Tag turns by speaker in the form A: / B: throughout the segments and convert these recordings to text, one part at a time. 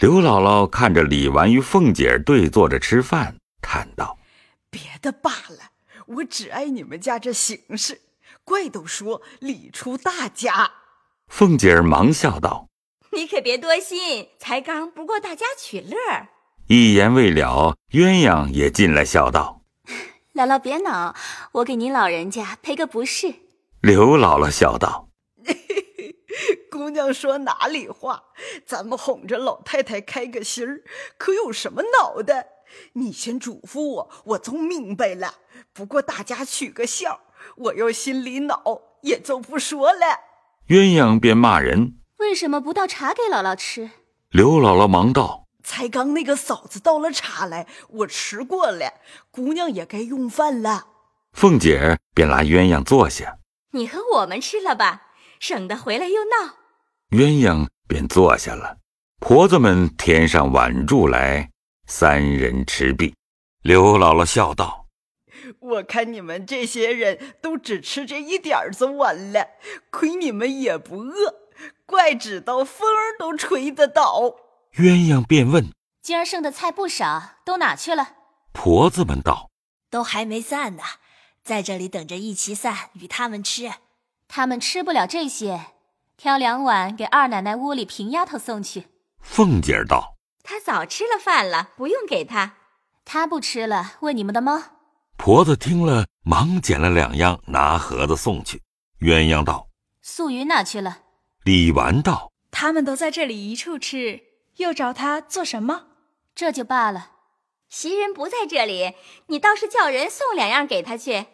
A: 刘姥姥看着李纨与凤姐儿对坐着吃饭，叹道
B: 别的罢了，我只爱你们家这形式。怪都说理出大家，：“
A: 凤姐儿忙笑道，
C: 你可别多心，才刚不过大家取乐儿。
A: 一言未了，鸳鸯也进来笑道。”
C: 姥姥别恼，我给您老人家赔个不是。
A: 刘姥姥笑道
B: 姑娘说哪里话？咱们哄着老太太开个心儿，可有什么脑袋？你先嘱咐我，我总明白了。不过大家取个笑，我又心里恼，也就不说了。：“
A: 鸳鸯便骂人。
C: 为什么不倒茶给姥姥吃？”
A: 刘姥姥忙道
B: 才刚那个嫂子倒了茶来，我吃过了。姑娘也该用饭了。：“
A: 凤姐儿便拉鸳鸯坐下。
C: 你和我们吃了吧，省得回来又闹。”
A: 鸳鸯便坐下了。婆子们添上碗箸来，三人吃毕。刘姥姥笑道
B: 我看你们这些人都只吃这一点儿子碗了，亏你们也不饿，怪只到风儿都吹得倒。：“
A: 鸳鸯便问
C: 今儿剩的菜不少，都哪去了？
A: 婆子们道
D: 都还没散呢，在这里等着一起散，与他们吃。
C: 他们吃不了这些，挑两碗给二奶奶屋里平丫头送去。：‘
A: 凤姐儿道。
C: 她早吃了饭了，不用给她。她不吃了，喂你们的猫。’
A: 婆子听了，忙捡了两样，拿盒子送去。鸳鸯道
C: 素云哪去了？：‘
A: 李纨道。’
E: 他们都在这里一处吃，又找他做什么？
C: 这就罢了。袭人不在这里，你倒是叫人送两样给她去。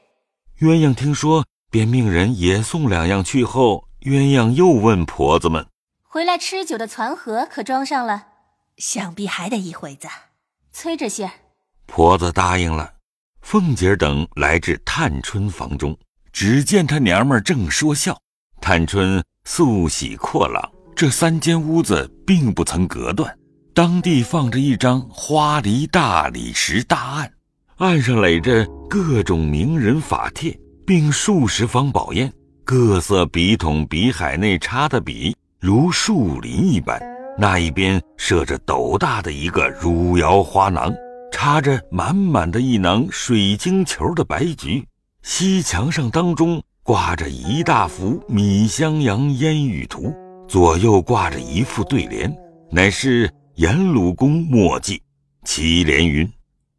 A: 鸳鸯听说，便命人也送两样去后，鸳鸯又问婆子们。
C: 回来吃酒的攒盒可装上了，
D: 想必还得一会子。
C: 催着些儿。
A: 婆子答应了。凤姐儿等来至探春房中，只见她娘们儿正说笑。探春素喜阔朗，这三间屋子并不曾隔断，当地放着一张花梨大理石大案，案上垒着各种名人法帖，并数十方宝砚，各色笔筒、笔海内插的笔如树林一般。那一边设着斗大的一个汝窑花囊，插着满满的一囊水晶球的白菊，西墙上当中挂着一大幅米襄阳烟雨图，左右挂着一副对联，乃是颜鲁公墨迹。其联云：“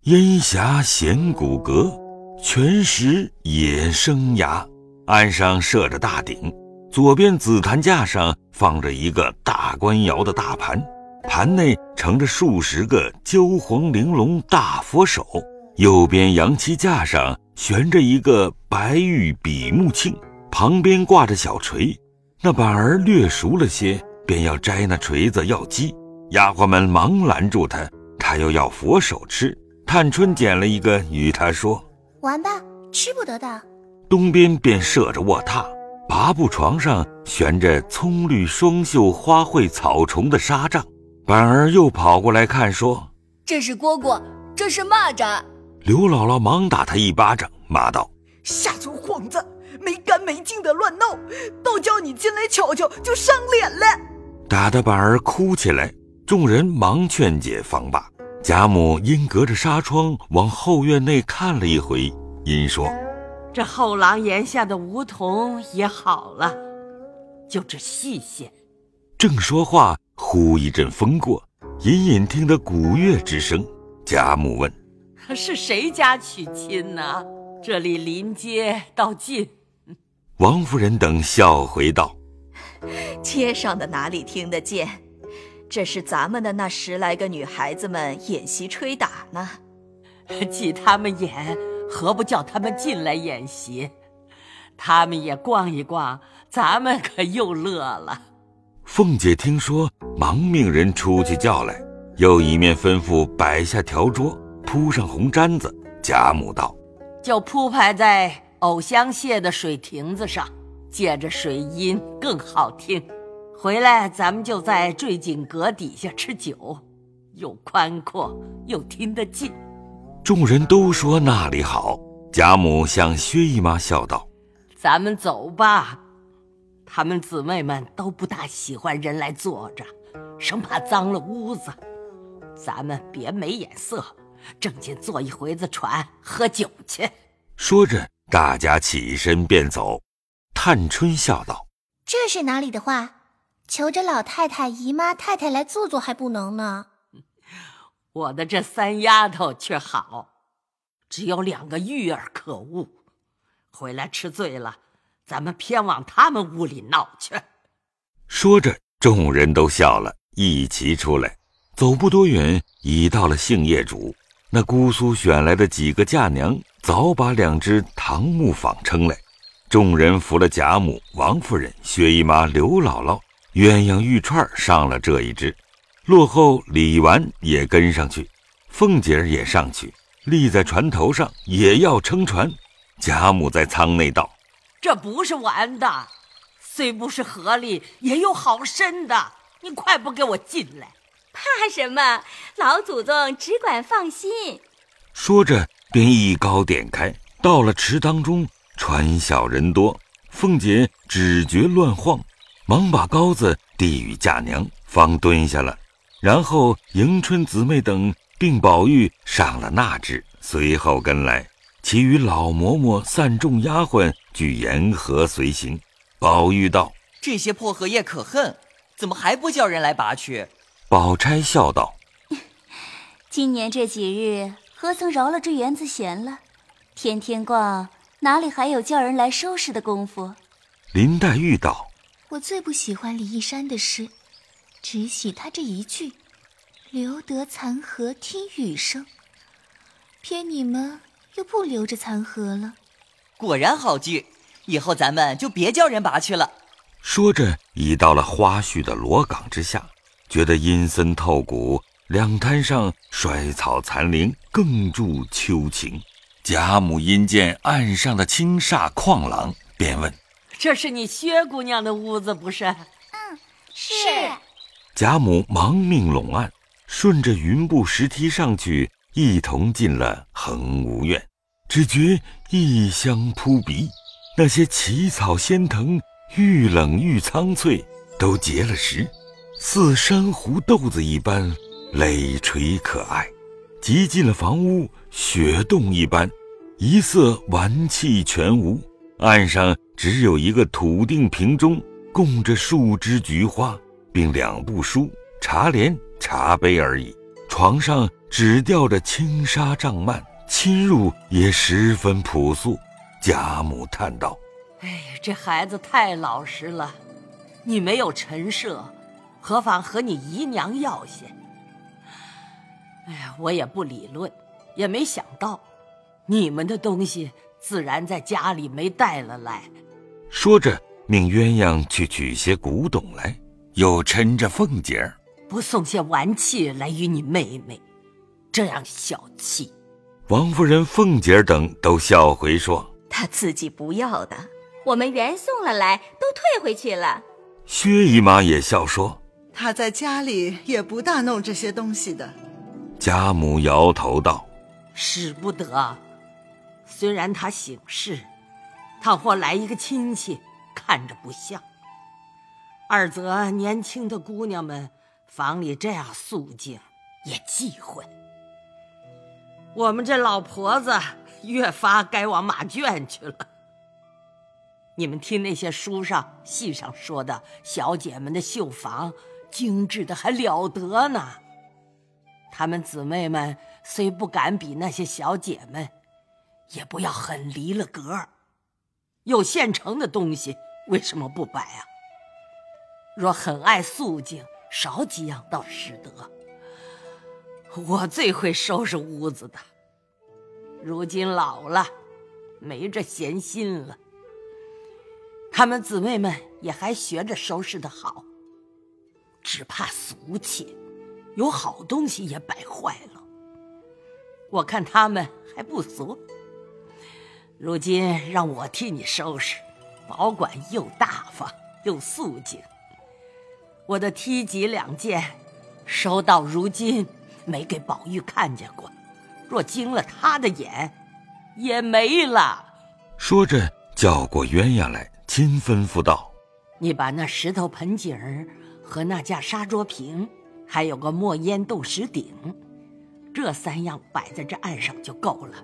A: 烟霞显骨骼，泉石野生涯。”岸上设着大鼎，左边紫檀架上放着一个大官窑的大盘，盘内盛着数十个焦黄玲珑大佛手，右边阳漆架上悬着一个白玉比目磬，旁边挂着小锤。那板儿略熟了些，便要摘那锤子要击，丫鬟们忙拦住他，他又要佛手吃。探春捡了一个，与他说。
D: 玩吧，吃不得的。
A: 东边便设着卧榻，拔步床上悬着葱绿双袖花卉草虫的纱帐。板儿又跑过来看，说
D: 这是蝈蝈，这是蚂蚱。：“
A: 刘姥姥忙打他一巴掌，骂道
B: 下酒幌子，没干没净的乱闹，倒叫你进来瞧瞧就上脸了。：‘
A: 打得板儿哭起来。’众人忙劝解防罢。贾母因隔着纱窗往后院内看了一回，因说
F: 这后廊檐下的梧桐也好了，就这细些。
A: 正说话，忽一阵风过，隐隐听得鼓乐之声。贾母问
F: 是谁家娶亲呢、这里临街到近，
A: 王夫人等，笑回道。”
D: 街上的哪里听得见？这是咱们的那十来个女孩子们演习吹打呢。
F: 记他们演，何不叫他们进来演习？他们也逛一逛，咱们可又乐了。
A: 凤姐听说，忙命人出去叫来，又一面吩咐摆下条桌，铺上红毡子。贾母道
F: 就铺排在藕香榭的水亭子上，借着水音更好听。回来咱们就在坠锦阁底下吃酒，又宽阔又听得进。：“
A: 众人都说那里好。”贾母向薛姨妈笑道
F: 咱们走吧。她们姊妹们都不大喜欢人来坐着，生怕脏了屋子。咱们别没眼色，正经坐一回子船喝酒去。
A: 说着，大家起身便走。探春笑道
G: 这是哪里的话？求着老太太、姨妈、太太来坐坐还不能呢？
F: 我的这三丫头却好，只有两个玉儿可恶，回来吃醉了，咱们偏往他们屋里闹去。：“
A: 说着，众人都笑了，一齐出来。走不多远，已到了杏叶渚。那姑苏选来的几个嫁娘，早把两只唐木坊撑来。众人扶了贾母、王夫人、薛姨妈、刘姥姥，鸳鸯玉串儿上了这一只。落后李纨也跟上去，凤姐儿也上去，立在船头上也要撑船。贾母在舱内道。”
F: 这不是玩的，虽不是河里，也有好深的。你快不给我进来！
C: 怕什么？老祖宗只管放心。
A: 说着便一篙点开，到了池当中，船小人多。凤姐只觉乱晃，忙把篙子递与嫁娘，方蹲下了。然后迎春姊妹等并宝玉上了那只，随后跟来，其余老嬷嬷散众丫鬟俱沿河随行。宝玉道
H: 这些破荷叶可恨，怎么还不叫人来拔去？：“
A: 宝钗笑道，
C: 今年这几日，何曾饶了这园子闲了？天天逛，哪里还有叫人来收拾的功夫？
A: 林黛玉道。”
G: 我最不喜欢李义山的诗，只喜他这一句：“留得残荷听雨声。”偏你们又不留着残荷了。
H: 果然好句，以后咱们就别叫人拔去了。
A: 说着，已到了花絮的罗岗之下，觉得阴森透骨，两滩上衰草残林，更助秋情。贾母因见岸上的青煞旷朗，便问
F: 这是你薛姑娘的屋子不是？
C: 是
A: 贾母，忙命拢岸，顺着云步石梯上去，一同进了恒芜院。只觉异香扑鼻，那些奇草仙藤，愈冷愈苍翠，都结了实，似珊瑚豆子一般累垂可爱。即进了房屋，雪冻一般，一色玩气全无。岸上只有一个土定瓶中供着数枝菊花，并两部书、茶帘、茶杯而已。床上只吊着轻纱帐幔，侵入也十分朴素。贾母叹道
F: 哎，这孩子太老实了。你没有陈设，何妨和你姨娘要些？哎呀，我也不理论，也没想到，你们的东西自然在家里没带了来。：“
A: 说着，命鸳鸯去取些古董来，又抻着凤姐儿。
F: 不送些玩器来与你妹妹，这样小气。
A: 王夫人、凤姐儿等都笑回说。”
D: 他自己不要的。
C: 我们原送了来，都退回去了。
A: 薛姨妈也笑说
I: 他在家里也不大弄这些东西的。：“
A: 贾母摇头道。”
F: 使不得。虽然他醒世，倘或来一个亲戚，看着不像；二则年轻的姑娘们房里这样肃静，也忌讳。我们这老婆子越发该往马圈去了。你们听那些书上、戏上说的，小姐们的绣房精致的还了得呢。她们姊妹们虽不敢比那些小姐们，也不要很离了格儿。有现成的东西，为什么不摆啊？若很爱素净，少几样倒使得。我最会收拾屋子的，如今老了，没这闲心了。她们姊妹们也还学着收拾的好，只怕俗气。有好东西也摆坏了。我看他们还不俗。如今让我替你收拾，保管又大方又素净。我的梯级两件，收到如今没给宝玉看见过，若经了他的眼，也没了。
A: 说着叫过鸳鸯来，亲吩咐道
F: 你把那石头盆景儿和那架沙桌瓶，还有个墨烟斗石鼎，这三样摆在这案上就够了。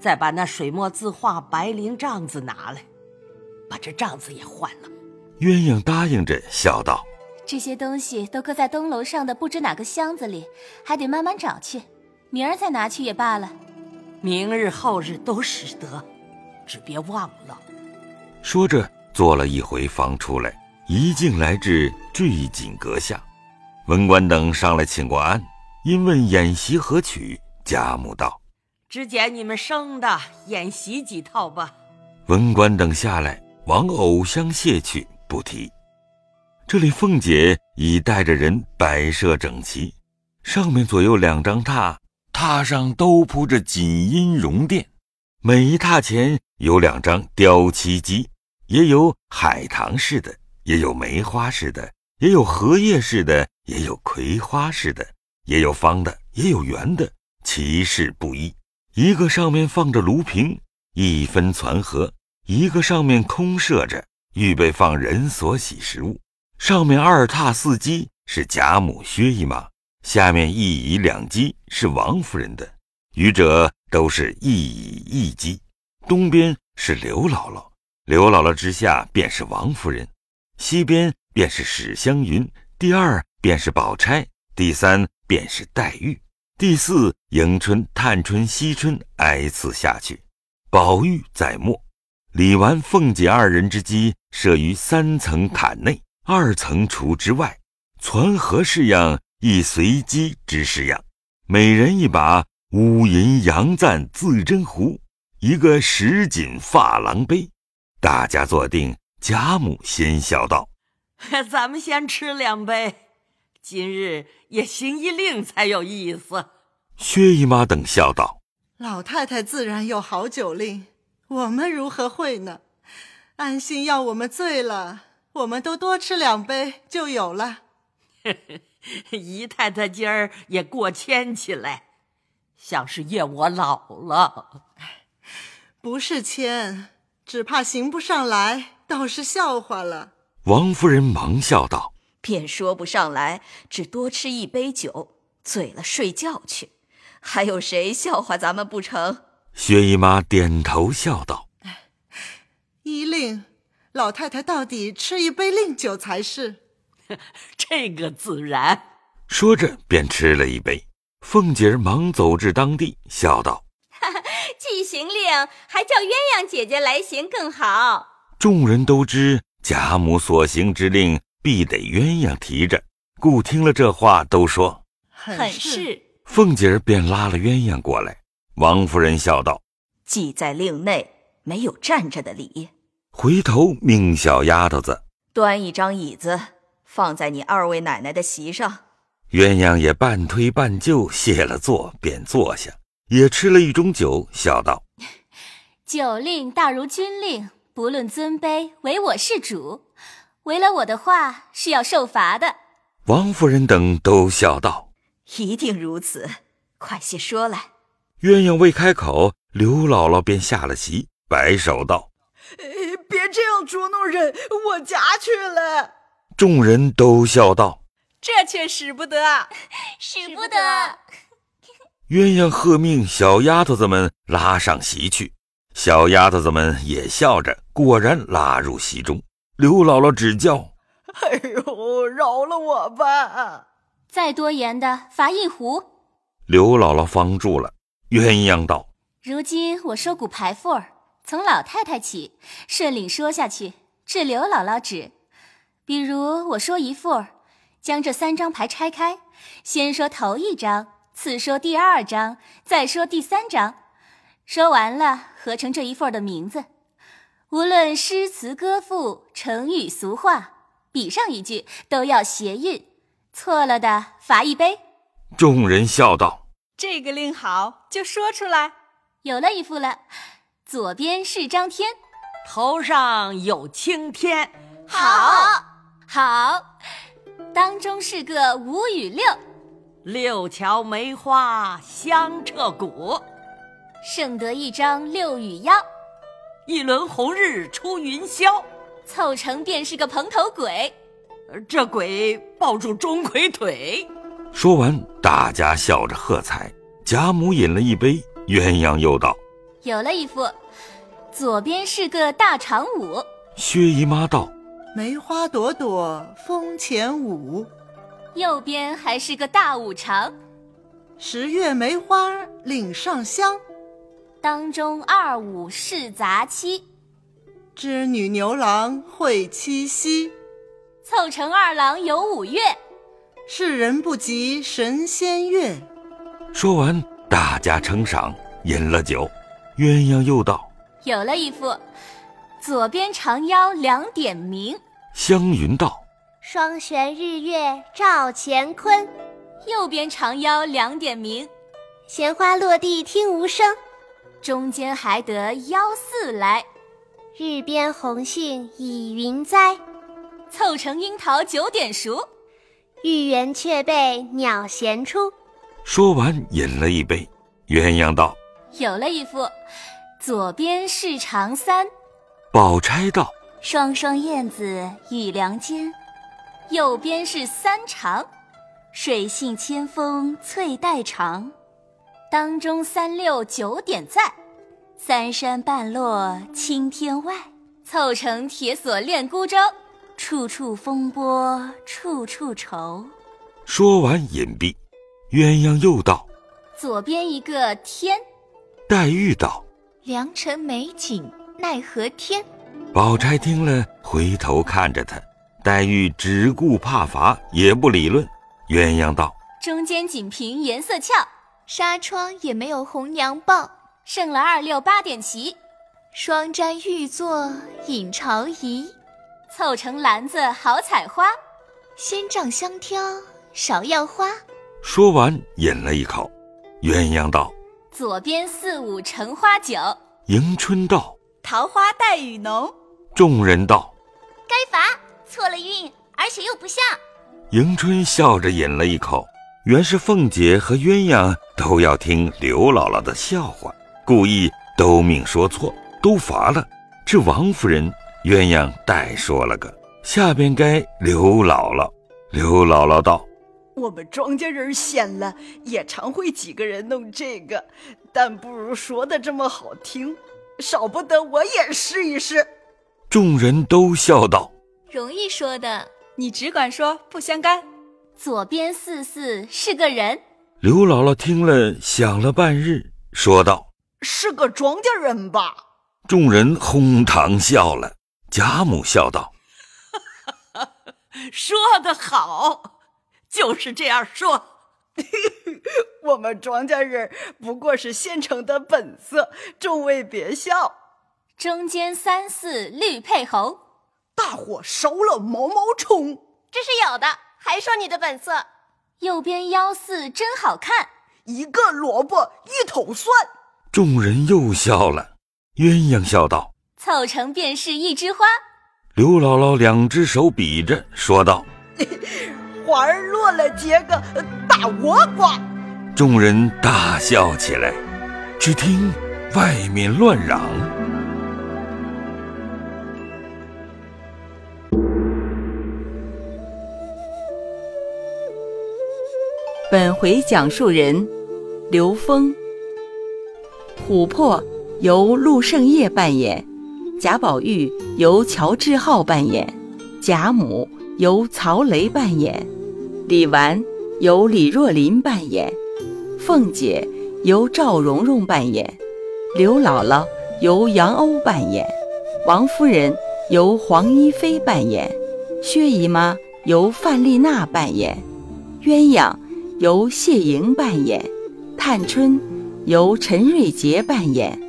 F: 再把那水墨字画白绫帐子拿来，把这帐子也换了。
A: 鸳鸯答应着笑道：“
C: 这些东西都搁在东楼上的不知哪个箱子里，还得慢慢找去。明儿再拿去也罢了。
F: 明日后日都使得，只别忘了。”
A: 说着做了一回房出来，一径来至坠锦阁下。文官等上来请过安，因问演习何曲，贾母道。
F: 只捡你们生的，演习几套吧。
A: 文官等下来，往藕香榭去，不提。这里凤姐已带着人摆设整齐，上面左右两张榻，榻上都铺着锦阴绒垫，每一榻前有两张雕漆机，也有海棠式的，也有梅花式的，也有荷叶式的，也有葵花式的，也有方的，也有圆的，其式不一。一个上面放着炉瓶，一分攒合；一个上面空设着，预备放人所喜食物。上面二榻四鸡是贾母、薛姨妈，下面一椅两鸡是王夫人的，余者都是一椅一鸡。东边是刘姥姥，刘姥姥之下便是王夫人，西边便是史湘云，第二便是宝钗，第三便是黛玉。第四，迎春、探春、惜春挨次下去，宝玉在末。李纨、凤姐二人之机设于三层槛内，二层厨之外，攒合式样亦随机之式样。每人一把乌银洋赞自珍壶，一个十锦珐琅杯。大家坐定，贾母先笑道：“
F: 咱们先吃两杯。”今日也行一令才有意思。”
A: 薛姨妈等笑道：“
I: 老太太自然有好酒令，我们如何会呢？安心要我们醉了，我们都多吃两杯就有了。
F: 姨太太今儿也过谦起来，像是怨我老了。
I: 不是谦，只怕行不上来，倒是笑话了。
A: 王夫人忙笑道。
D: 便说不上来，只多吃一杯酒，醉了睡觉去。还有谁笑话咱们不成？
A: 薛姨妈点头笑道：“
I: 依令，老太太到底吃一杯令酒才是。
F: 这个自然。”
A: 说着便吃了一杯。凤姐儿忙走至当地，笑道：“
J: 既行令，还叫鸳鸯姐姐来行更好。”
A: 众人都知贾母所行之令。必得鸳鸯提着，故听了这话，都说
D: 很是。
A: 凤姐儿便拉了鸳鸯过来。王夫人笑道：“
D: 既在令内，没有站着的理。”
A: 回头命小丫头子
D: 端一张椅子放在你二位奶奶的席上。
A: 鸳鸯也半推半就，谢了座，便坐下，也吃了一盅酒，笑道：“
C: 酒令大如军令，不论尊卑，唯我是主。”违了我的话是要受罚的。
A: 王夫人等都笑道：“
D: 一定如此，快些说来。”
A: 鸳鸯未开口，刘姥姥便下了席，摆手道：“
B: 哎别这样捉弄人，我家去了。”
A: 众人都笑道：“
E: 这却使不得，啊
J: 使不得！”
A: 鸳鸯喝命小丫头子们拉上席去，小丫头子们也笑着，果然拉入席中。刘姥姥只叫：“
B: 哎呦，饶了我吧！
C: 再多言的罚一壶。”
A: 刘姥姥方住了。鸳鸯道：“
C: 如今我收骨牌缝儿，从老太太起，顺领说下去，至刘姥姥止。比如我说一副儿，将这三张牌拆开，先说头一张，次说第二张，再说第三张，说完了合成这一副儿的名字。”无论诗词歌赋、成语俗话，比上一句都要谐韵，错了的罚一杯。
A: 众人笑道：“
E: 这个令好，就说出来。”
C: 有了一副了，左边是张天，
F: 头上有青天，
J: 好，
C: 好，当中是个五与六，
F: 六桥梅花香彻骨，
C: 剩得一张六与幺。
F: 一轮红日出云霄，
C: 凑成便是个蓬头鬼。
F: 这鬼抱住钟馗腿。
A: 说完，大家笑着喝彩。贾母饮了一杯，鸳鸯又道：“
C: 有了一副，左边是个大长舞。”
A: 薛姨妈道：“
I: 梅花朵朵风前舞。”
C: 右边还是个大五常。
I: 十月梅花岭上香。
C: 当中二五是杂七，
I: 织女牛郎会七夕，
C: 凑成二郎有五岳，
I: 世人不及神仙乐。
A: 说完，大家称赏，饮了酒。鸳鸯又道：“
C: 有了一副，左边长腰两点明。”
A: 湘云道：“
K: 双悬日月照乾坤。”
C: 右边长腰两点明，
K: 闲花落地听无声。
C: 中间还得幺四来，
K: 日边红杏倚云栽，
C: 凑成樱桃九点熟，
K: 玉圆却被鸟衔出。
A: 说完饮了一杯，鸳鸯道：“
C: 有了一副，左边是长三。”
A: 宝钗道：“
C: 双双燕子与梁间，右边是三长，水性千峰翠带长。”当中三六九点在，三山半落青天外，凑成铁索链孤舟，处处风波处处愁。
A: 说完隐蔽，鸳鸯又道：“
C: 左边一个天。”
A: 黛玉道：“
G: 良辰美景奈何天。”
A: 宝钗听了，回头看着他。黛玉只顾怕罚，也不理论。鸳鸯道：“
C: 中间仅凭颜色俏。”
G: 纱窗也没有红娘报，
C: 胜了二六八点齐。
G: 双簪玉作引朝仪，
C: 凑成篮子好采花。
G: 仙杖相挑芍药花。
A: 说完饮了一口，鸳鸯道：“
C: 左边四五橙花酒。”
A: 迎春道：“
D: 桃花带雨浓。”
A: 众人道：“
J: 该罚，错了韵，而且又不像。”
A: 迎春笑着饮了一口。原是凤姐和鸳鸯都要听刘姥姥的笑话，故意都命说错，都罚了。这王夫人、鸳鸯代说了个，下边该刘姥姥。刘姥姥道：“
B: 我们庄稼人闲了，也常会几个人弄这个，但不如说的这么好听，少不得我也试一试。”
A: 众人都笑道：“
C: 容易说的，
E: 你只管说，不相干。”
C: 左边四四是个人，
A: 刘姥姥听了想了半日，说道：“
B: 是个庄稼人吧？”
A: 众人哄堂笑了。贾母笑道：“
F: 说得好，就是这样说。
B: 我们庄稼人不过是现成的本色，众位别笑。”
C: 中间三四绿配红，
B: 大火烧了毛毛虫，
J: 这是有的。还说你的本色，
C: 右边幺四真好看，
B: 一个萝卜一头蒜。
A: 众人又笑了，鸳鸯笑道：“
C: 凑成便是一枝花。”
A: 刘姥姥两只手比着说道：“
B: 花儿落了结个大倭瓜。”
A: 众人大笑起来，只听外面乱嚷。
L: 本回讲述人刘峰，琥珀由陆胜业扮演，贾宝玉由乔志浩扮演，贾母由曹雷扮演，李纨由李若琳扮演，凤姐由赵蓉蓉扮演，刘姥姥由杨欧扮演，王夫人由黄一飞扮演，薛姨妈由范丽娜扮演，鸳鸯。由谢莹扮演，探春由陈瑞杰扮演，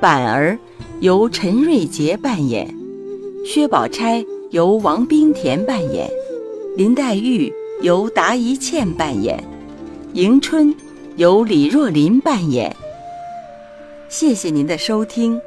L: 板儿由陈瑞杰扮演，薛宝钗由王冰田扮演，林黛玉由达一茜扮演，迎春由李若琳扮演。谢谢您的收听。